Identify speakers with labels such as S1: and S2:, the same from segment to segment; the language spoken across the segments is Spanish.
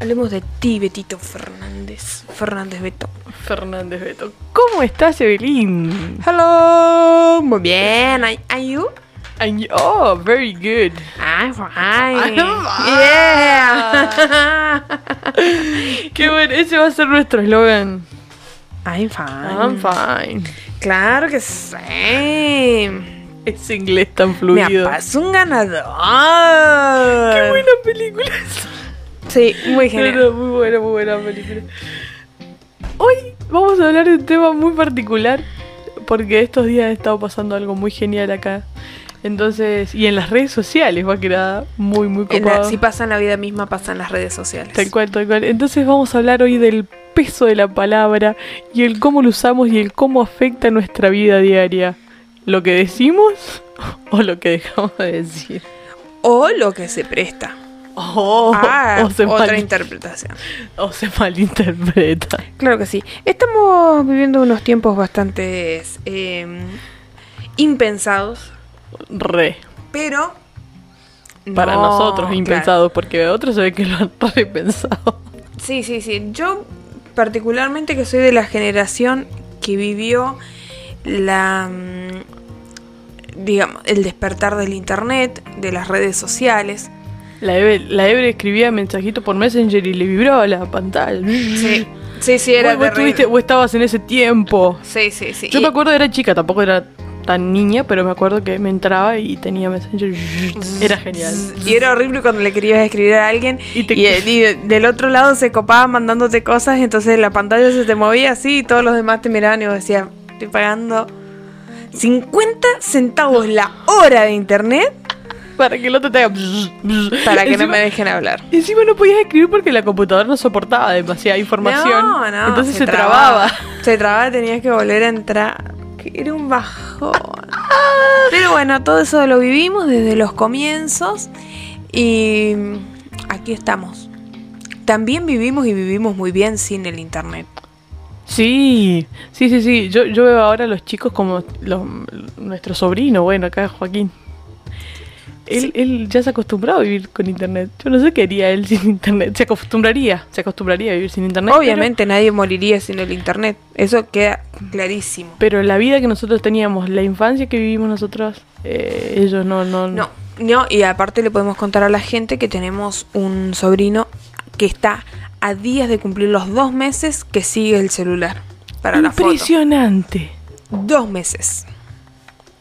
S1: Hablemos de ti, Betito Fernández. Fernández Beto.
S2: Fernández Beto. ¿Cómo estás, Evelyn?
S1: Hello, muy bien. ¿Are, are you?
S2: And you- oh, very good.
S1: I'm fine.
S2: I'm fine.
S1: Yeah.
S2: Qué bueno, ese va a ser nuestro eslogan.
S1: I'm fine.
S2: I'm fine.
S1: Claro que sí.
S2: Ese inglés tan
S1: Me
S2: fluido.
S1: apas un ganador.
S2: Qué buena película es.
S1: Sí, muy
S2: No, no,
S1: genial.
S2: muy buena, muy buena película. Hoy vamos a hablar de un tema muy particular porque estos días ha estado pasando algo muy genial acá. Entonces, y en las redes sociales, va que nada, muy, muy
S1: En la-
S2: copado.
S1: si pasa en la vida misma, pasa en las redes sociales.
S2: Tal cual, tal cual. Entonces vamos a hablar hoy del peso de la palabra y el cómo lo usamos y el cómo afecta nuestra vida diaria. ¿Lo que decimos o lo que dejamos de decir?
S1: O lo que se presta.
S2: O-
S1: Ah,
S2: o, se
S1: otra
S2: mal-
S1: interpretación.
S2: o se malinterpreta.
S1: Claro que sí. Estamos viviendo unos tiempos bastante eh, impensados,
S2: Re.
S1: pero...
S2: Para
S1: no,
S2: nosotros,
S1: claro.
S2: impensado, porque otros se ve que lo han repensado.
S1: Sí, sí, sí. Yo particularmente que soy de la generación que vivió la... mm, digamos, el despertar del Internet, de las redes sociales.
S2: La Ebre, la Ebre escribía mensajito por Messenger y le vibraba la pantalla.
S1: Sí, sí, sí,
S2: Vos-
S1: era
S2: vos,
S1: terrible.
S2: tuviste- vos estabas en ese tiempo.
S1: Sí, sí, sí.
S2: Yo
S1: Y-
S2: me acuerdo, era chica, tampoco era tan niña, pero me acuerdo que me entraba y tenía Messenger. Era genial.
S1: Y era horrible cuando le querías escribir a alguien
S2: Y te-
S1: y, eh, y del otro lado se copaba mandándote cosas, entonces la pantalla se te movía así y todos los demás te miraban y vos decías, estoy pagando 50 centavos la hora de internet
S2: Para que el otro te haga.
S1: para que no
S2: Encima-
S1: me dejen hablar.
S2: Encima no podías escribir porque la computadora no soportaba demasiada información.
S1: No, no,
S2: Entonces se, trababa.
S1: Se trababa, tenías que volver a entrar. Que Era un bajón. Pero bueno, todo eso lo vivimos desde los comienzos y aquí estamos. También vivimos y vivimos muy bien sin el internet.
S2: Sí, sí, sí, sí. Yo, yo veo ahora a los chicos como los- nuestro sobrino, bueno, acá Joaquín. Él, él ya se acostumbró a vivir con internet. Yo no sé qué haría él sin internet. Se acostumbraría, se acostumbraría a vivir sin internet. pero-
S1: Obviamente nadie moriría sin el internet. Eso queda clarísimo.
S2: Pero la vida que nosotros teníamos, la infancia que vivimos nosotros, eh, ellos no, no,
S1: No, no, y aparte le podemos contar a la gente que tenemos un sobrino que está a días de cumplir los dos meses que sigue el celular para la foto.
S2: Impresionante.
S1: Dos meses.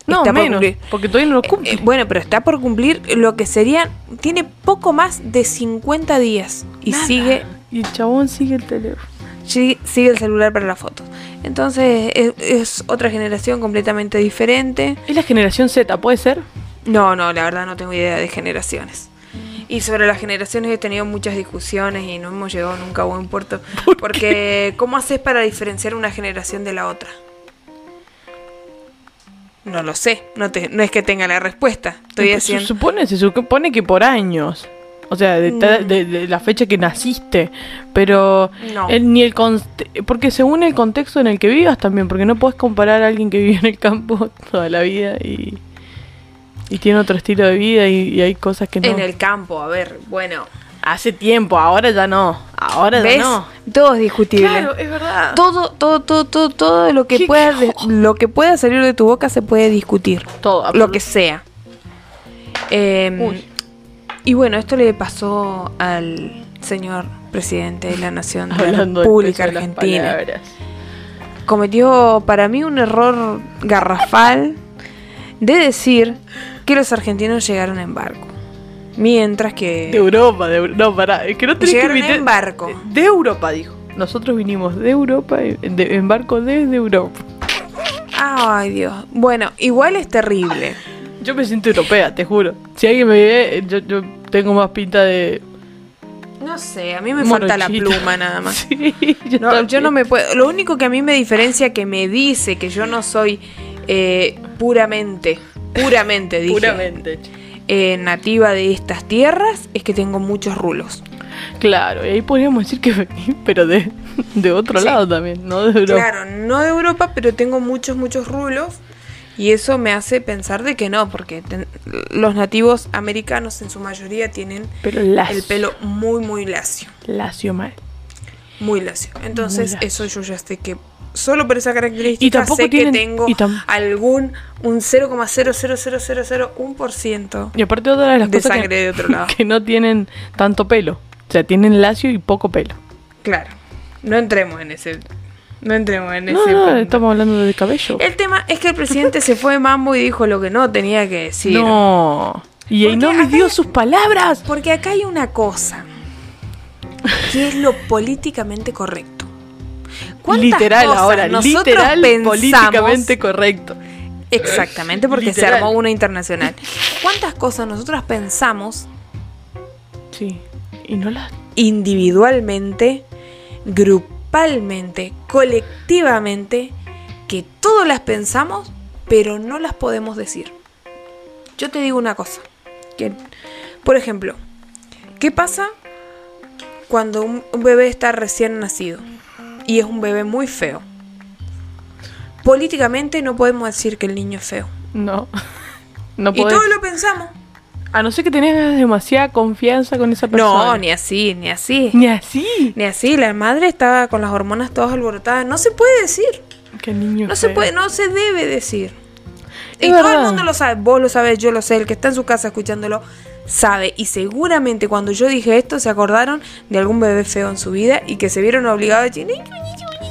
S2: No,
S1: Está por
S2: menos,
S1: cumplir.
S2: porque todavía no lo cumple.
S1: Eh, eh, bueno, pero está por cumplir lo que sería, tiene poco más de 50 días y
S2: Nada.
S1: sigue,
S2: Y el chabón sigue el teléfono.
S1: si- sigue el celular para las fotos. Entonces es, es otra generación completamente diferente.
S2: Es la generación Z, ¿puede ser?
S1: No, no, la verdad no tengo idea de generaciones. Y sobre las generaciones he tenido muchas discusiones y no hemos llegado nunca a buen puerto. porque, ¿cómo haces para diferenciar una generación de la otra? No lo sé, no, te- no es que tenga la respuesta. Estoy
S2: Se
S1: haciendo.
S2: supone, se supone que por años. O sea, de, ta-
S1: Mm.
S2: de- de la fecha que naciste. Pero
S1: No.
S2: el- ni el conte- porque según el contexto en el que vivas también, porque no puedes comparar a alguien que vive en el campo toda la vida y, y tiene otro estilo de vida y, y hay cosas que no.
S1: En el campo, a ver, bueno.
S2: Hace tiempo, ahora ya no. Ahora ya
S1: ¿Ves?
S2: no.
S1: Todo es discutible.
S2: Claro, es verdad.
S1: Todo, todo, todo, todo, todo lo que
S2: Qué
S1: pueda, de- lo que pueda salir de tu boca se puede discutir.
S2: Todo,
S1: Lo que sea. Eh,
S2: Uy.
S1: y bueno, esto le pasó al señor presidente de la Nación de
S2: Hablando
S1: la
S2: del
S1: República
S2: peso de las
S1: Argentina.
S2: palabras.
S1: Cometió para mí un error garrafal de decir que los argentinos llegaron en barco. Mientras
S2: De
S1: que...
S2: Europa, de Europa. No, pará, es que no tenés
S1: Llegaron
S2: que meter-
S1: en barco.
S2: De Europa, dijo. Nosotros vinimos de Europa, eh, de- en barco desde Europa.
S1: Ay, Dios. Bueno, igual es terrible.
S2: Yo me siento europea, te juro. Si alguien me ve, eh, yo, yo tengo más pinta de.
S1: No sé, a mí me falta la
S2: morochita.
S1: pluma nada más.
S2: Sí, yo,
S1: No, yo no
S2: también.
S1: me puedo. Lo único que a mí me diferencia que me dice que yo no soy eh, puramente, puramente, dije,
S2: Puramente. che.
S1: eh, nativa de estas tierras es que tengo muchos rulos.
S2: Claro, y ahí podríamos decir que vení, pero de, de otro
S1: Sí.
S2: lado también, no de Europa.
S1: Claro, no de Europa, pero tengo muchos, muchos rulos. Y eso me hace pensar de que no, porque ten- los nativos americanos en su mayoría tienen
S2: Pero las.
S1: el pelo muy, muy lacio.
S2: lacio mal.
S1: Muy lacio. Entonces,
S2: Muy lacio.
S1: eso yo ya sé que solo por esa característica
S2: Y tampoco
S1: sé
S2: tienen-
S1: que tengo
S2: y tam-
S1: algún un 0,00001%
S2: Y aparte otra de las
S1: de
S2: cosas
S1: sangre
S2: que,
S1: de otro lado.
S2: que no tienen tanto pelo. O sea, tienen lacio y poco pelo.
S1: Claro. No entremos en ese no entremos en
S2: No,
S1: ese
S2: no,
S1: punto.
S2: estamos hablando de cabello.
S1: El tema es que el presidente se fue de mambo y dijo lo que no tenía que decir.
S2: No. Y ahí
S1: Porque
S2: no
S1: acá-
S2: midió sus palabras.
S1: Porque acá hay una cosa, que es lo políticamente correcto. ¿Cuántas
S2: Literal
S1: cosas
S2: ahora,
S1: nosotros
S2: literal
S1: pensamos-
S2: políticamente correcto.
S1: Exactamente, porque se
S2: Literal.
S1: armó una internacional. ¿Cuántas cosas nosotras pensamos
S2: Sí. Y no las
S1: individualmente, grupalmente, colectivamente, que todas las pensamos, pero no las podemos decir? Yo te digo una cosa, que, por ejemplo, ¿qué pasa cuando un un bebé está recién nacido y es un bebé muy feo? Políticamente no podemos decir que el niño es feo.
S2: No. No
S1: Y
S2: podés.
S1: todos lo pensamos.
S2: A no ser que tengas demasiada confianza con esa persona.
S1: No, ni así, ni así.
S2: Ni así.
S1: Ni así, la madre estaba con las hormonas todas alborotadas. No se puede decir.
S2: Qué niño
S1: No se
S2: feo.
S1: puede, no se debe decir.
S2: Es
S1: y todo el
S2: verdad.
S1: mundo lo sabe. Vos lo sabés, yo lo sé. El que está en su casa escuchándolo sabe. Y seguramente cuando yo dije esto, se acordaron de algún bebé feo en su vida y que se vieron obligados a decir. "Ay,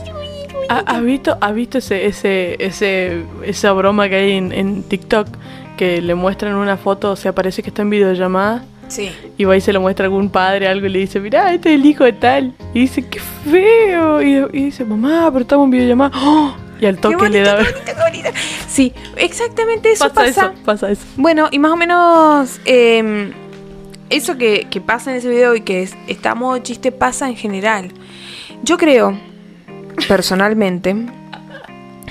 S1: qué bonito".
S2: ¿Ha- ¿Has visto, has visto ese, ese, ese, esa broma que hay en, en TikTok? Que le muestran una foto, o sea, parece que está en videollamada.
S1: Sí.
S2: Y va y se lo muestra a algún padre algo y le dice, mirá, este es el hijo de tal. Y dice, qué feo. Y, y dice, mamá, pero estamos en videollamada. ¡Oh! Y al toque
S1: Qué bonito,
S2: le da...
S1: qué bonito, qué bonito. Sí, exactamente eso
S2: Pasa,
S1: pasa.
S2: eso, pasa eso.
S1: Bueno, y más o menos eh, eso que, que pasa en ese video y que es, está a modo chiste pasa en general. Yo creo, personalmente,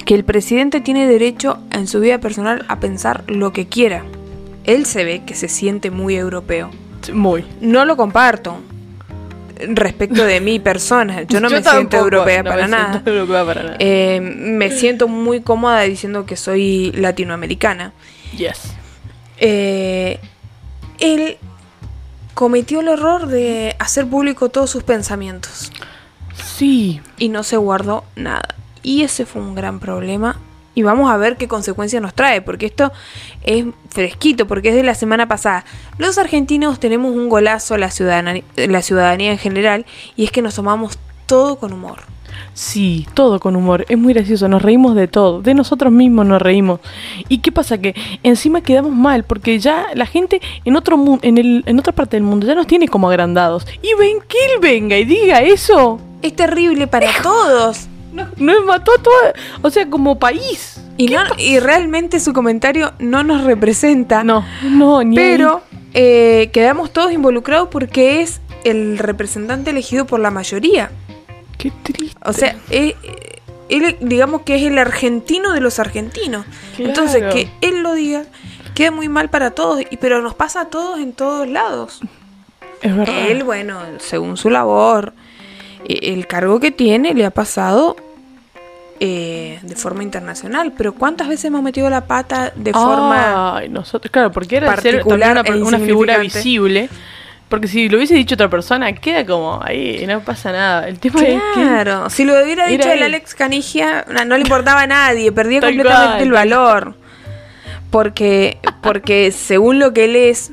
S1: que el presidente tiene derecho en su vida personal a pensar lo que quiera. Él se ve que se siente muy europeo.
S2: Muy.
S1: No lo comparto respecto de mi persona. Yo no me siento
S2: tampoco,
S1: europea
S2: no
S1: para
S2: me siento
S1: nada.
S2: europea para nada.
S1: Eh, me siento muy cómoda diciendo que soy latinoamericana.
S2: yes.
S1: Eh, él cometió el error de hacer público todos sus pensamientos
S2: Sí.
S1: y no se guardó nada. Y ese fue un gran problema. Y vamos a ver qué consecuencias nos trae, porque esto es fresquito, porque es de la semana pasada. Los argentinos tenemos un golazo a la ciudadanía, la ciudadanía en general, y es que nos tomamos todo con humor.
S2: Sí, todo con humor. Es muy gracioso. Nos reímos de todo. De nosotros mismos nos reímos. ¿Y qué pasa? Que encima quedamos mal porque ya la gente en otro mu- en, el, en otra parte del mundo ya nos tiene como agrandados. Y Ben Kill venga y diga eso.
S1: Es terrible para todos.
S2: No- Nos mató a toda, o sea, como país.
S1: Y, no- y realmente su comentario no nos representa.
S2: No, no, ni
S1: Pero eh, quedamos todos involucrados porque es el representante elegido por la mayoría.
S2: ahí. qué triste.
S1: O sea, eh, eh, él digamos que es el argentino de los argentinos.
S2: Claro.
S1: Entonces, que él lo diga queda muy mal para todos, y- pero nos pasa a todos en todos lados.
S2: es verdad.
S1: Él, bueno, según su labor, e- el cargo que tiene le ha pasado eh, de forma internacional, pero ¿cuántas veces hemos metido la pata de forma...
S2: Ay, nosotros, claro, porque era de ser
S1: particular
S2: también una,
S1: e
S2: per- una figura
S1: insignificante.
S2: visible. Porque si lo hubiese dicho otra persona, queda como ahí, no pasa nada. El tema es que.
S1: Claro, si lo hubiera
S2: Era
S1: dicho el
S2: él.
S1: Alex Canigia, na- no le importaba a nadie, perdía
S2: Tal
S1: completamente
S2: cual,
S1: el
S2: tal
S1: valor. Porque, porque según lo que él es,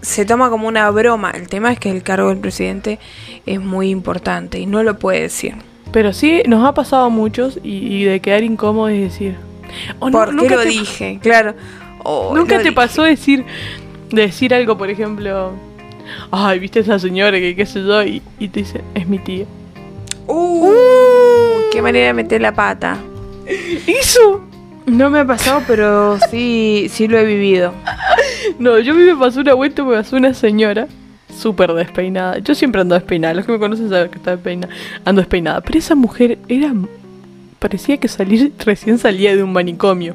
S1: se toma como una broma. El tema es que el cargo del presidente es muy importante y no lo puede decir.
S2: Pero sí, nos ha pasado a muchos y, y de quedar incómodos y decir. "Oh, no,
S1: ¿Por qué
S2: nunca
S1: lo
S2: te-
S1: dije? Claro. Oh,
S2: Nunca
S1: lo
S2: te
S1: dije.
S2: pasó decir decir algo, por ejemplo. Ay, viste a esa señora que qué sé yo, y, y te dice, es mi tía.
S1: Uh, qué manera de meter la pata.
S2: ¡Eso!
S1: No me ha pasado, pero sí, sí lo he vivido.
S2: No, yo a mí me pasó una vuelta, me pasó una señora súper despeinada. Yo siempre ando despeinada, los que me conocen saben que estaba despeinada. Ando despeinada, pero esa mujer era parecía que salir recién salía de un manicomio.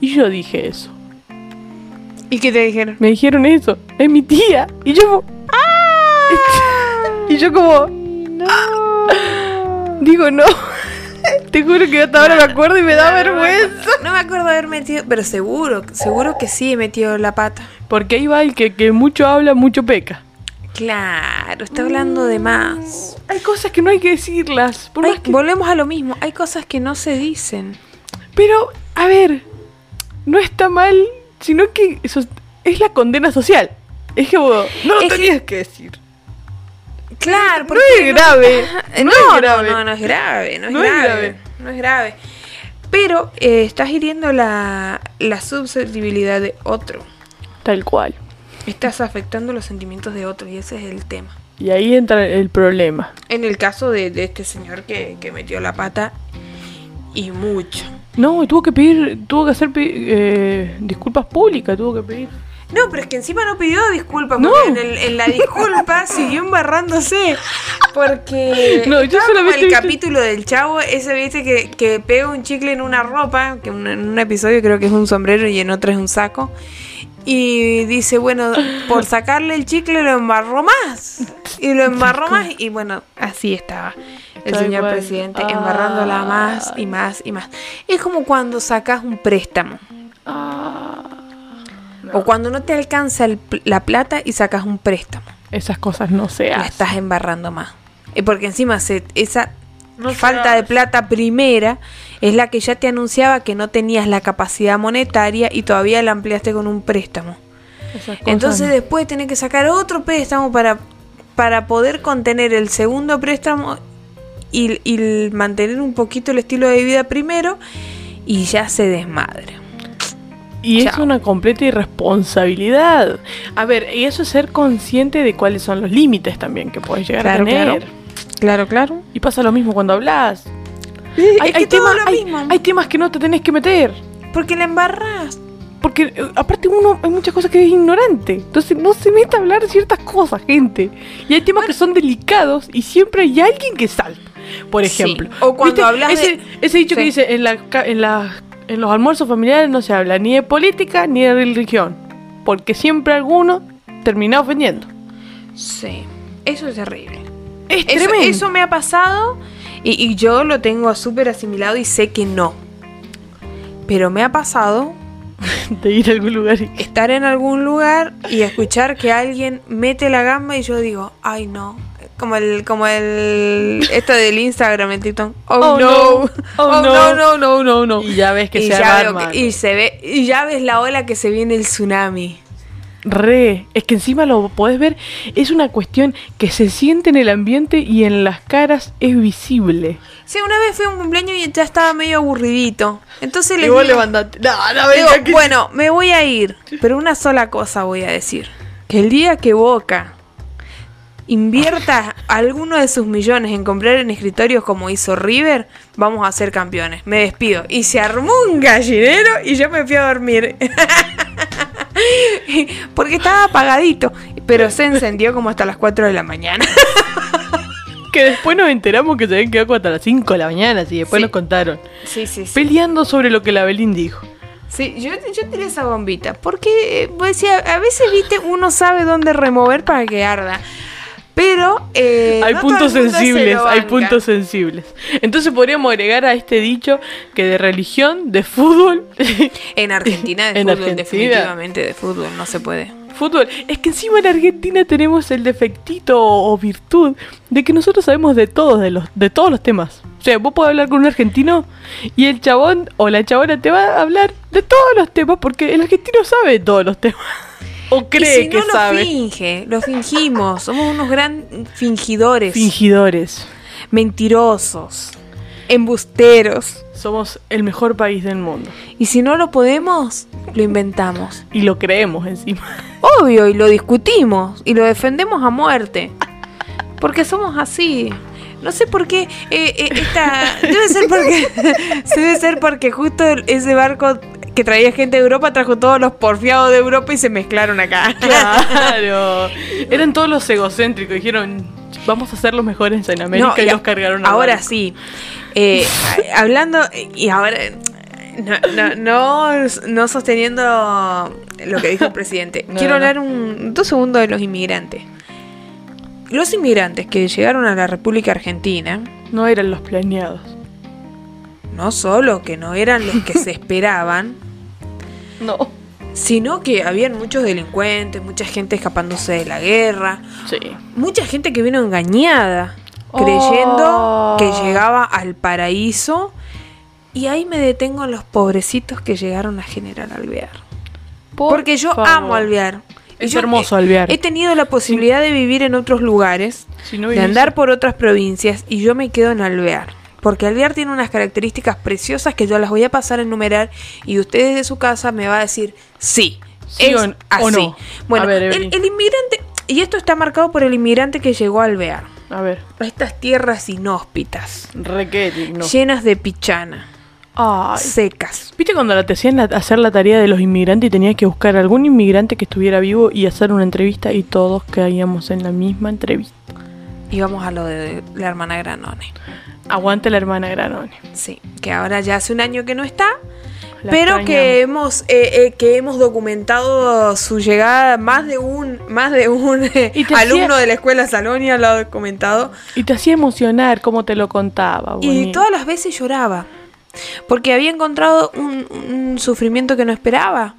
S2: Y yo dije eso.
S1: ¿Y qué te dijeron?
S2: Me dijeron eso, es mi tía. Y yo "Ah". Y yo como "Ah". digo, no. Te juro que hasta ahora me acuerdo y me da vergüenza.
S1: No me acuerdo haber metido, pero seguro, seguro que sí he metido la pata.
S2: Porque ahí va el que, que mucho habla, mucho peca.
S1: Claro, está hablando de más.
S2: Hay cosas que no hay que decirlas. por
S1: Hay-
S2: más que-
S1: Volvemos a lo mismo, hay cosas que no se dicen.
S2: Pero, a ver, no está mal, sino que eso es la condena social. Es que vos no lo
S1: Es que-
S2: tenías que decir.
S1: Claro,
S2: No es grave.
S1: Eh,
S2: No,
S1: No,
S2: es grave.
S1: No, no, no es grave, no es
S2: No es
S1: grave,
S2: grave.
S1: no es grave. Pero eh, estás hiriendo la, la susceptibilidad de otro.
S2: Tal cual.
S1: Estás afectando los sentimientos de otro y ese es el tema.
S2: Y ahí entra el problema.
S1: En el caso de, de este señor que, que metió la pata y mucho.
S2: No, y tuvo que pedir, tuvo que hacer pi- eh, disculpas públicas, tuvo que pedir.
S1: No, pero es que encima no pidió disculpas,
S2: No.
S1: porque en, el- en la disculpa siguió embarrándose. Porque
S2: No, yo
S1: estaba
S2: solamente
S1: como el
S2: vi-
S1: capítulo del chavo, ese viste que, que pega un chicle en una ropa, que un- en un episodio creo que es un sombrero y en otro es un saco. Y dice, bueno, por sacarle el chicle lo embarró más. Y lo embarró más. Y bueno, así estaba el
S2: Tal
S1: señor
S2: cual.
S1: presidente,
S2: Ah.
S1: embarrándola más y más y más. Es como cuando sacas un préstamo.
S2: Ah,
S1: O cuando no te alcanza el pl- la plata y sacas un préstamo,
S2: Esas cosas no se
S1: la
S2: hacen.
S1: estás embarrando más. Eh, Porque encima se- esa
S2: No se
S1: falta de
S2: hace.
S1: plata primera es la que ya te anunciaba que no tenías la capacidad monetaria y todavía la ampliaste con un préstamo.
S2: Esas cosas
S1: Entonces
S2: no.
S1: después tenés que sacar otro préstamo para, para poder contener el segundo préstamo y, y el- mantener un poquito el estilo de vida primero y ya se desmadre.
S2: Y es
S1: Chao.
S2: una completa irresponsabilidad. A ver, y eso es ser consciente de cuáles son los límites también que puedes llegar
S1: Claro,
S2: a tener.
S1: claro. Claro, claro.
S2: Y pasa lo mismo cuando hablas.
S1: Hay, que todo
S2: temas,
S1: lo
S2: hay-
S1: mismo.
S2: hay temas que no te tenés que meter.
S1: Porque la embarras.
S2: Porque eh, aparte uno hay muchas cosas que es ignorante. Entonces no se mete a hablar de ciertas cosas, gente. Y hay temas que son delicados y siempre hay alguien que salta. Por
S1: Sí.
S2: ejemplo.
S1: O cuando hablas
S2: ese,
S1: de-
S2: ese dicho que
S1: Sí.
S2: dice en la ca- en la- en los almuerzos familiares no se habla ni de política ni de religión. Porque siempre alguno termina ofendiendo.
S1: Sí, eso es terrible.
S2: Es
S1: Eso,
S2: tremendo.
S1: eso me ha pasado y, y yo lo tengo súper asimilado y sé que no. Pero me ha pasado
S2: de ir a algún lugar y-
S1: estar en algún lugar y escuchar que alguien mete la gamba y yo digo, ay no. Como el, como el, esto del Instagram, el TikTok. Oh, no.
S2: Oh,
S1: Oh, no, no, no, no,
S2: Y ya ves que
S1: y,
S2: se
S1: ya
S2: arma.
S1: veo que- y se ve, y ya ves la ola que se viene el tsunami.
S2: Re, es que encima lo podés ver, es una cuestión que se siente en el ambiente y en las caras es visible.
S1: Sí, una vez fui a un cumpleaños y ya estaba medio aburridito. Entonces le
S2: mandaste. No, no,
S1: Digo, bueno, me voy a ir, pero una sola cosa voy a decir. Que el día que Boca invierta alguno de sus millones en comprar en escritorios como hizo River, vamos a ser campeones. Me despido. Y se armó un gallinero y yo me fui a dormir. Porque estaba apagadito, pero se encendió como hasta las 4 de la mañana.
S2: Que después nos enteramos que se habían quedado hasta las 5 de la mañana, así después
S1: Sí.
S2: nos contaron.
S1: Sí, sí, sí.
S2: Peleando sobre lo que la Belín dijo.
S1: Sí, yo, yo tiré esa bombita. Porque eh, vos decías, a veces, viste, uno sabe dónde remover para que arda. Pero. eh,
S2: hay
S1: no todo
S2: puntos
S1: el mundo se
S2: sensibles,
S1: lo
S2: hay
S1: banca.
S2: puntos sensibles. Entonces podríamos agregar a este dicho que de religión, de fútbol,
S1: En Argentina, de
S2: En
S1: fútbol,
S2: Argentina.
S1: definitivamente, de fútbol, no se puede.
S2: Fútbol. Es que encima en Argentina tenemos el defectito o o virtud de que nosotros sabemos de todos, de, los, de todos los temas. O sea, vos podés hablar con un argentino y el chabón o la chabona te va a hablar de todos los temas porque el argentino sabe de todos los temas. O cree
S1: Y si
S2: que
S1: no lo
S2: sabe.
S1: finge, lo fingimos. Somos unos gran fingidores,
S2: Fingidores.
S1: mentirosos, embusteros.
S2: Somos el mejor país del mundo.
S1: Y si no lo podemos, lo inventamos.
S2: Y lo creemos encima.
S1: Obvio, y lo discutimos y lo defendemos a muerte. Porque somos así. No sé por qué eh, eh, esta. Debe ser porque. debe ser porque justo ese barco que traía gente de Europa trajo todos los porfiados de Europa y se mezclaron acá.
S2: Claro. Eran todos los egocéntricos. Dijeron, vamos a ser los mejores en América
S1: No,
S2: y,
S1: y a-
S2: los cargaron a
S1: Ahora
S2: barco.
S1: sí. Eh, a- hablando. Y ahora. No, no, no, no sosteniendo lo que dijo el presidente.
S2: No,
S1: Quiero
S2: no, no.
S1: hablar un, dos segundos de los inmigrantes. Los inmigrantes que llegaron a la República Argentina,
S2: No eran los planeados.
S1: no solo que no eran los que se esperaban,
S2: No.
S1: sino que habían muchos delincuentes, mucha gente escapándose de la guerra,
S2: Sí.
S1: mucha gente que vino engañada,
S2: Oh.
S1: creyendo que llegaba al paraíso. Y ahí me detengo en los pobrecitos que llegaron a General Alvear. Porque yo amo Alvear. Y
S2: Es
S1: yo
S2: hermoso
S1: he-
S2: Alvear.
S1: He tenido la posibilidad de vivir en otros lugares,
S2: Si no
S1: de
S2: viniste-
S1: andar por otras provincias, y yo me quedo en Alvear. Porque Alvear tiene unas características preciosas que yo las voy a pasar a enumerar y ustedes de su casa me va a decir sí.
S2: Sí
S1: es
S2: o n-
S1: así.
S2: o no.
S1: Bueno,
S2: A ver,
S1: el,
S2: Evelyn.
S1: el inmigrante, y esto está marcado por el inmigrante que llegó a Alvear,
S2: A ver,
S1: a estas tierras inhóspitas,
S2: requete, no.
S1: llenas de pichana,
S2: Ay.
S1: secas.
S2: ¿Viste cuando la- te hacían la- hacer la tarea de los inmigrantes y tenías que buscar algún inmigrante que estuviera vivo y hacer una entrevista y todos caíamos en la misma entrevista?
S1: Y vamos a lo de la hermana Granone.
S2: Aguante la hermana Granone.
S1: Sí, que ahora ya hace un año que no está,
S2: La
S1: pero
S2: extrañamos.
S1: que hemos, eh, eh, que hemos documentado su llegada, más de un, más de un eh,
S2: Y te
S1: alumno
S2: hacía-
S1: de la escuela Salonia lo ha documentado.
S2: Y te hacía emocionar como te lo contaba.
S1: Y
S2: Bonnie.
S1: todas las veces lloraba, porque había encontrado un, un sufrimiento que no esperaba.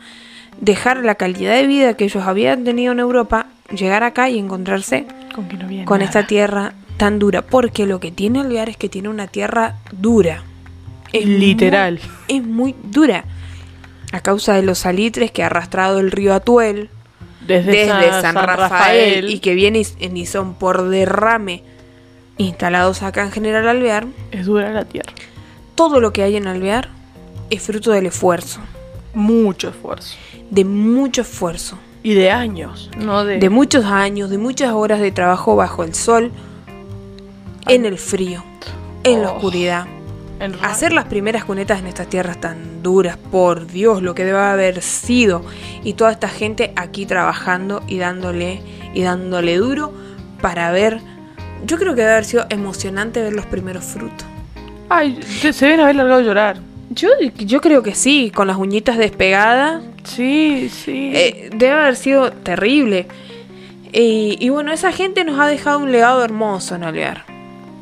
S1: Dejar la calidad de vida que ellos habían tenido en Europa, llegar acá y encontrarse
S2: Con que no viene
S1: con
S2: nada.
S1: esta tierra tan dura. Porque lo que tiene Alvear es que tiene una tierra dura. muy-
S2: Literal.
S1: es muy dura. A causa de los salitres que ha arrastrado el río Atuel
S2: Desde,
S1: desde
S2: Sa-
S1: San, Rafael, y que viene is- en Izón por derrame, instalados acá en General Alvear,
S2: Es dura la tierra.
S1: todo lo que hay en Alvear es fruto del esfuerzo,
S2: Mucho esfuerzo.
S1: de mucho esfuerzo,
S2: Y de años, no de...
S1: de muchos años, de muchas horas de trabajo bajo el sol, en el frío, en la
S2: Oh.
S1: oscuridad.
S2: en ra-
S1: Hacer las primeras cunetas en estas tierras tan duras, por Dios, lo que debe haber sido. Y toda esta gente aquí trabajando y dándole y dándole duro para ver. Yo creo que debe haber sido emocionante ver los primeros frutos.
S2: Ay, se, se ven haber largado a llorar.
S1: Yo, yo creo que sí, con las uñitas despegadas.
S2: Sí, sí.
S1: Eh, debe haber sido terrible. Y, y bueno, esa gente nos ha dejado un legado hermoso en Alvear.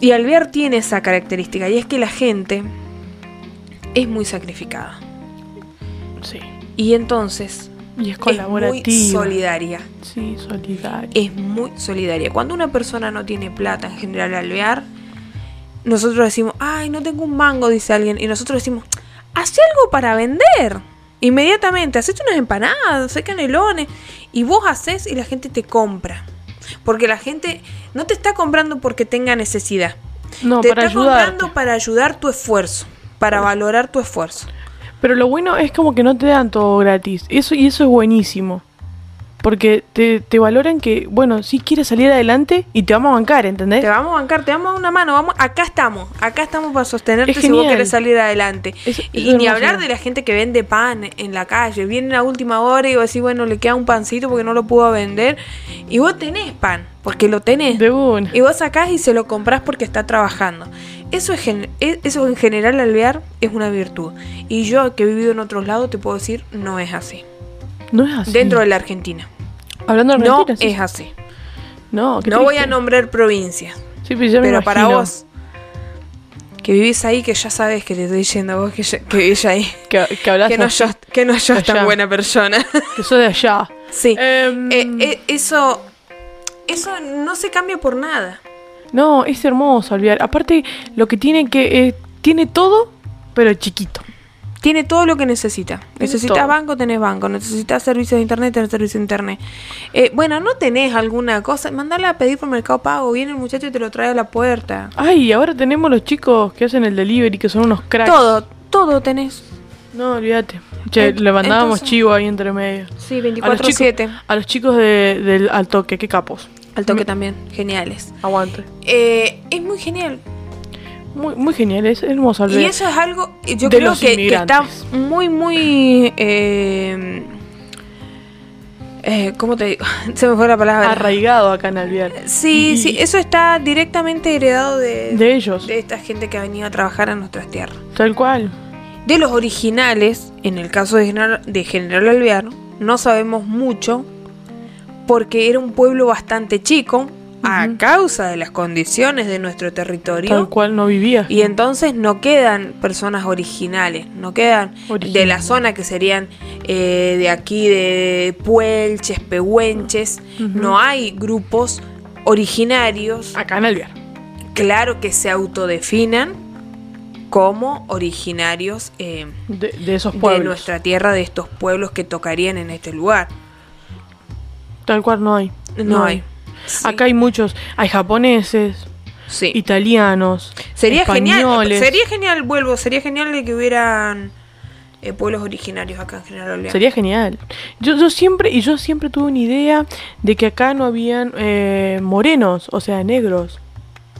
S1: Y Alvear tiene esa característica, y es que la gente es muy sacrificada.
S2: sí.
S1: Y entonces
S2: Y
S1: es muy
S2: es colaborativa.
S1: solidaria.
S2: Sí, solidaria.
S1: Es muy solidaria. Cuando una persona no tiene plata en general alvear, nosotros decimos, ay, no tengo un mango, dice alguien. Y nosotros decimos, hace algo para vender. Inmediatamente, hacete unas empanadas, hace canelones. Y vos haces y la gente te compra. Porque la gente no te está comprando porque tenga necesidad.
S2: No,
S1: te
S2: para
S1: está
S2: ayudar.
S1: comprando para ayudar tu esfuerzo, para valorar tu esfuerzo.
S2: Pero lo bueno es como que no te dan todo gratis. Eso, y eso es buenísimo. Porque te, te valoran que, bueno, si quieres salir adelante y te vamos a bancar, ¿entendés?
S1: Te vamos a bancar, te vamos a dar una mano, vamos, acá estamos, acá estamos para sostenerte
S2: Es
S1: si vos
S2: genial.
S1: querés salir adelante.
S2: Es- es
S1: y ni
S2: hermoso.
S1: hablar de la gente que vende pan en la calle, viene a última hora y vos decís, bueno, le queda un pancito porque no lo pudo vender. Y vos tenés pan, porque lo tenés.
S2: De una.
S1: Y vos sacás y se lo comprás porque está trabajando. Eso, es gen- e- eso en general alvear es una virtud. Y yo que he vivido en otros lados te puedo decir, no es así.
S2: No es así.
S1: Dentro de la Argentina.
S2: Hablando de
S1: No
S2: Argentina, sí.
S1: es así.
S2: No, qué
S1: No voy a
S2: triste.
S1: nombrar provincias.
S2: Sí, pero ya me
S1: Pero para
S2: imagino
S1: vos, que vivís ahí, que ya sabes que te estoy diciendo a vos que, ya- que vivís ahí.
S2: Que, que hablas
S1: Que no,
S2: así,
S1: sos, que no sos tan
S2: Allá.
S1: buena persona.
S2: que sos de allá.
S1: sí.
S2: Em,
S1: Eh, eh, eso, eso no se cambia por nada.
S2: No, es hermoso olvidar. Aparte, lo que tiene que. eh, tiene todo, pero chiquito.
S1: Tiene todo lo que necesita. Necesitas
S2: todo.
S1: banco, tenés banco. Necesitas servicios de internet, tenés servicio de internet. Eh, bueno, no tenés alguna cosa, mandala a pedir por Mercado Pago. Viene el muchacho y te lo trae a la puerta.
S2: Ay, ahora tenemos los chicos que hacen el delivery, que son unos cracks.
S1: Todo, todo tenés.
S2: No, olvídate. Che,
S1: Ent-
S2: le mandábamos
S1: entonces-
S2: chivo ahí entre medio.
S1: Sí,
S2: A los chicos,
S1: 24-7.
S2: a los chicos de- del al toque, qué capos.
S1: Al
S2: Mm.
S1: toque también. Geniales.
S2: Aguante.
S1: Eh, es muy genial.
S2: Muy, muy genial, es hermoso
S1: Y
S2: Alvear.
S1: eso es algo, yo
S2: De
S1: creo
S2: los
S1: que, que está
S2: inmigrantes.
S1: muy, muy... eh, eh, ¿Cómo te digo? Se me fue la palabra.
S2: Arraigado acá en Alvear.
S1: Sí,
S2: Y-
S1: sí, eso está directamente heredado de,
S2: De ellos,
S1: de esta gente que ha venido a trabajar a nuestras tierras.
S2: tal cual.
S1: De los originales, en el caso de General, de General Alvear, no sabemos mucho porque era un pueblo bastante chico, a causa de las condiciones de nuestro territorio.
S2: Tal cual no vivía.
S1: Y entonces no quedan personas originales, no quedan de la
S2: Originales.
S1: zona que serían eh, de aquí, de Puelches, Pehuenches. No hay grupos originarios,
S2: Acá en Alvear.
S1: claro que se autodefinan como originarios eh,
S2: De, de esos
S1: de
S2: pueblos.
S1: nuestra tierra, de estos pueblos que tocarían en este lugar.
S2: Tal cual no hay.
S1: No, hay. Sí,
S2: Acá hay muchos. Hay japoneses,
S1: sí.
S2: italianos.
S1: Sería
S2: españoles.
S1: genial, sería genial, vuelvo, sería genial de que hubieran eh, pueblos originarios acá en General ¿eh? Olea.
S2: Sería genial. Yo, yo siempre, y yo siempre tuve una idea de que acá no habían eh, morenos, o sea, negros.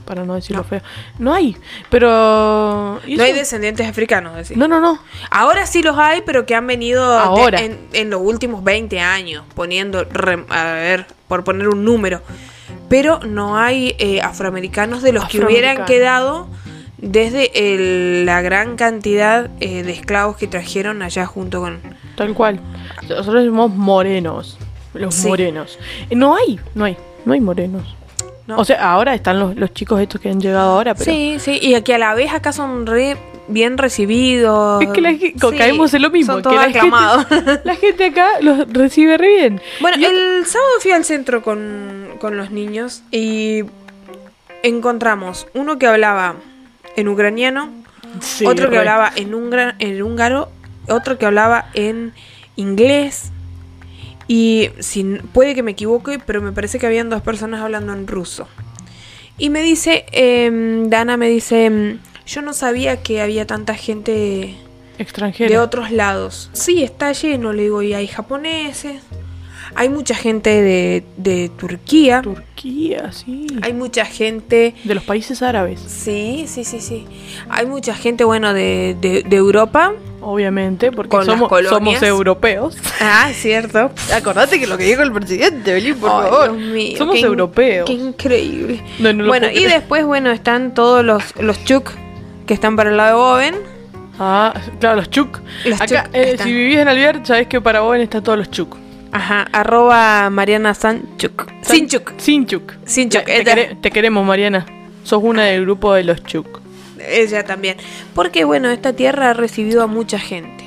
S2: Para no decirlo feo. No hay. Pero. ¿y
S1: no hay
S2: eso?
S1: descendientes africanos, decís.
S2: No, no, no.
S1: Ahora sí los hay, pero que han venido de-
S2: Ahora.
S1: en, en los últimos 20 años, poniendo, re- a ver, por poner un número. Pero no hay eh, afroamericanos de los que hubieran
S2: Afroamericanos.
S1: quedado desde el- la gran cantidad eh, de esclavos que trajeron allá junto con...
S2: Tal cual. Nosotros somos morenos. Los
S1: Sí.
S2: morenos. Eh, No hay, no hay, no hay morenos.
S1: ¿no?
S2: O sea, ahora están los, los chicos estos que han llegado ahora, pero.
S1: Sí, sí, y que a la vez acá son re bien recibidos.
S2: Es que la gente-
S1: Sí,
S2: caemos en lo mismo.
S1: Son
S2: que
S1: todos
S2: la,
S1: aclamados.
S2: gente, la gente acá los recibe re bien.
S1: Bueno,
S2: Y ot-
S1: el sábado fui al centro con, con los niños y encontramos uno que hablaba en ucraniano,
S2: Sí,
S1: otro que
S2: re.
S1: hablaba en, hungra- en húngaro, otro que hablaba en inglés. Y sin, puede que me equivoque, pero me parece que habían dos personas hablando en ruso. Y me dice, em, Dana me dice, em, yo no sabía que había tanta gente
S2: Extranjero.
S1: de otros lados. Sí, está lleno, le digo, y hay japoneses, hay mucha gente de, de Turquía,
S2: Turquía, sí.
S1: hay mucha gente...
S2: De los países árabes,
S1: Sí, sí, sí, sí. Hay mucha gente, bueno, de, de- de Europa.
S2: obviamente, porque
S1: Con las
S2: somos,
S1: colonias.
S2: somos europeos.
S1: Ah, es cierto.
S2: Acordate que lo que dijo el presidente, Belín,
S1: Ay, Dios mío,
S2: somos
S1: qué in-
S2: europeos.
S1: Qué increíble.
S2: No, no lo
S1: bueno,
S2: puedo
S1: y
S2: creer.
S1: después, bueno, están todos los, los chuk que están para el lado de Boven.
S2: Ah, claro, los chuk.
S1: Los
S2: Acá,
S1: chuk
S2: eh,
S1: están.
S2: si vivís en Alvear, sabés que para vos están todos los chuk.
S1: Ajá, arroba Mariana Sanchuk. Sinchuk.
S2: Sin chuk.
S1: Sin
S2: Ya,
S1: chuk,
S2: Te,
S1: esta-
S2: quere- te queremos, Mariana. Sos una del grupo de los chuk.
S1: Ella también. Porque bueno, esta tierra ha recibido a mucha gente.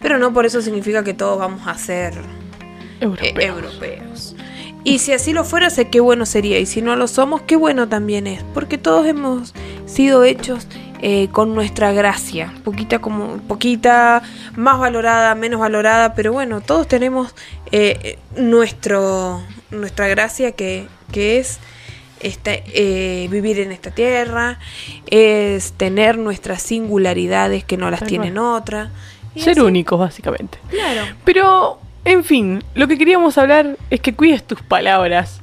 S1: Pero no por eso significa que todos vamos a ser eh,
S2: Europeos.
S1: europeos. Y si así lo fuera, sé qué bueno sería. Y si no lo somos, qué bueno también es. Porque todos hemos sido hechos eh, con nuestra gracia. Poquita como poquita, más valorada, menos valorada. Pero bueno, todos tenemos eh, eh, nuestro, nuestra gracia que, que es esta, eh, vivir en esta tierra. Es tener nuestras singularidades que no las
S2: Tal
S1: tienen otras. Y
S2: Ser
S1: así,
S2: únicos, básicamente.
S1: Claro.
S2: Pero, en fin, lo que queríamos hablar es que cuides tus palabras.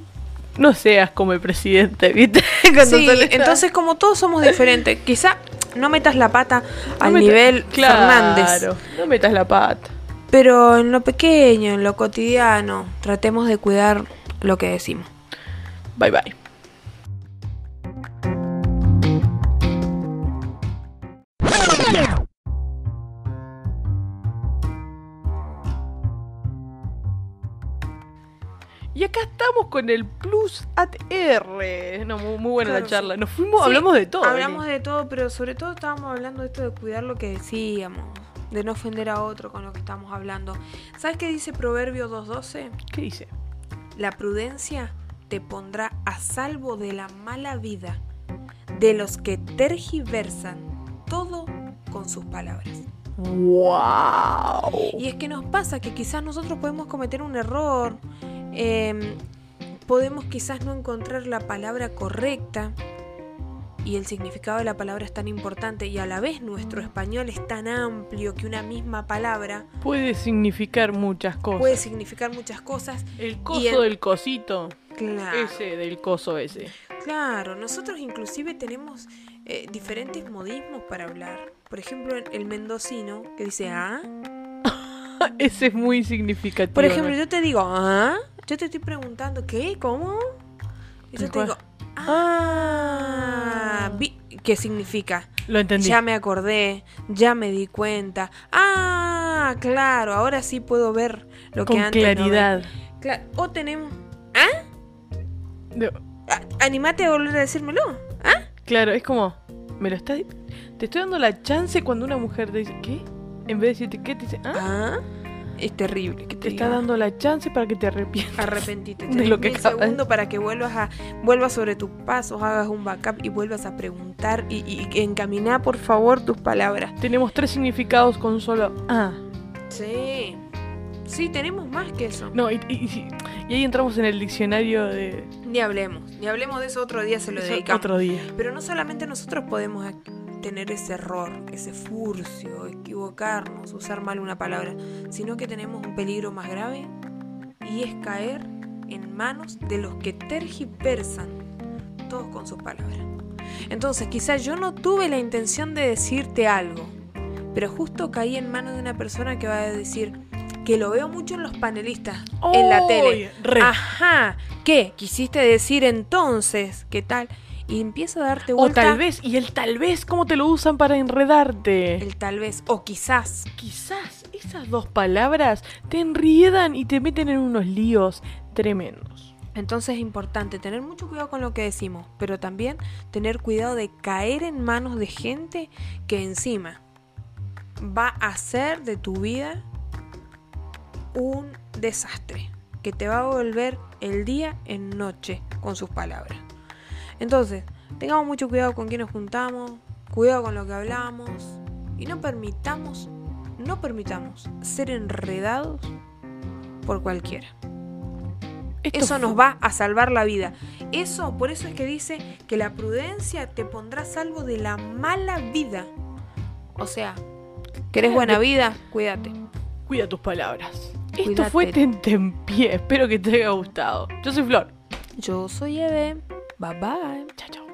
S2: No seas como el presidente, ¿viste? Cuando
S1: Sí,
S2: sale-
S1: entonces como todos somos diferentes, quizá no metas la pata
S2: No
S1: al
S2: meta-
S1: nivel
S2: Claro,
S1: Fernández,
S2: No metas la pata.
S1: pero en lo pequeño, en lo cotidiano, tratemos de cuidar lo que decimos.
S2: Bye bye. Y acá estamos con el Plus at R. No, muy, muy buena
S1: Claro,
S2: la
S1: sí.
S2: charla. Nos fuimos,
S1: Sí,
S2: Uh, hablamos de todo.
S1: Hablamos de todo, pero sobre todo estábamos hablando de esto de cuidar lo que decíamos, de no ofender a otro con lo que estamos hablando. ¿Sabes qué dice Proverbio 2.12?
S2: ¿Qué dice?
S1: La prudencia te pondrá a salvo de la mala vida de los que tergiversan todo con sus palabras.
S2: ¡Wow!
S1: Y es que nos pasa que quizás nosotros podemos cometer un error, eh, podemos quizás no encontrar la palabra correcta y el significado de la palabra es tan importante y a la vez nuestro español es tan amplio que una misma palabra
S2: Puede significar muchas cosas.
S1: puede significar muchas cosas. Pues, y
S2: el coso
S1: el- Ah.
S2: del cosito.
S1: Claro,
S2: Ese del coso ese.
S1: claro. nosotros inclusive tenemos eh, diferentes modismos para hablar. Por ejemplo, el- el mendocino que dice ah.
S2: Ah, ese es muy significativo.
S1: Por
S2: ¿no?
S1: ejemplo, yo te digo, ¿ah? Yo te estoy preguntando, ¿qué? ¿Cómo? Y yo te
S2: Tal cual.
S1: digo, ah, vi- ¿qué significa?
S2: Lo entendí.
S1: Ya me acordé, ya me di cuenta. Ah, claro, ahora sí puedo ver lo que
S2: con
S1: antes. no veía".
S2: claridad.
S1: Cla- o tenemos,
S2: De-
S1: a- animate a volver a decírmelo. ¿Ah?
S2: Claro, es como, me lo estás. Te estoy dando la chance cuando una mujer te dice, ¿qué? En vez de decirte, ¿qué? Te dice, ¿ah?
S1: Ah, Es terrible. Que te
S2: Te está
S1: diga,
S2: dando la chance para que te arrepientas.
S1: Arrepentite.
S2: de
S1: Tenés
S2: lo que
S1: mil
S2: acabas de-
S1: segundo para que vuelvas a vuelvas sobre tus pasos, hagas un backup y vuelvas a preguntar y, y- y encaminá por favor tus palabras.
S2: Tenemos tres significados con solo, ah.
S1: Sí. Sí, tenemos más que eso.
S2: No, y, y- y- y ahí entramos en el diccionario de
S1: Ni hablemos. Ni hablemos de eso otro día se lo
S2: eso
S1: dedicamos.
S2: otro día.
S1: Pero no solamente nosotros podemos ac- tener ese error, ese furcio, equivocarnos, usar mal una palabra, sino que tenemos un peligro más grave y es caer en manos de los que tergiversan todos con sus palabras. Entonces, quizás yo no tuve la intención de decirte algo, pero justo caí en manos de una persona que va a decir que lo veo mucho en los panelistas, en la tele. Ah,
S2: ¡Uy! Re.
S1: Ajá, ¿qué? ¿Quisiste decir entonces? ¿Qué tal? Y empiezo a darte
S2: o
S1: vuelta.
S2: tal vez, y el tal vez, ¿cómo te lo usan para enredarte?
S1: El tal vez, o quizás.
S2: Quizás esas dos palabras te enriedan y te meten en unos líos tremendos.
S1: Entonces es importante tener mucho cuidado con lo que decimos, pero también tener cuidado de caer en manos de gente que encima va a hacer de tu vida un desastre, que te va a volver el día en noche con sus palabras. Entonces, tengamos mucho cuidado con quién nos juntamos, cuidado con lo que hablamos y no permitamos, no permitamos ser enredados por cualquiera.
S2: Esto
S1: Eso nos
S2: fu-
S1: va a salvar la vida. Eso, por eso es que dice que la prudencia te pondrá a salvo de la mala vida. O sea, ¿querés buena vida? Cuídate.
S2: Cuida tus palabras. Esto
S1: Cuídate.
S2: fue Tentempié. Espero que te haya gustado. Yo soy Flor.
S1: Yo soy Eve. Bye bye.
S2: Chao, chao.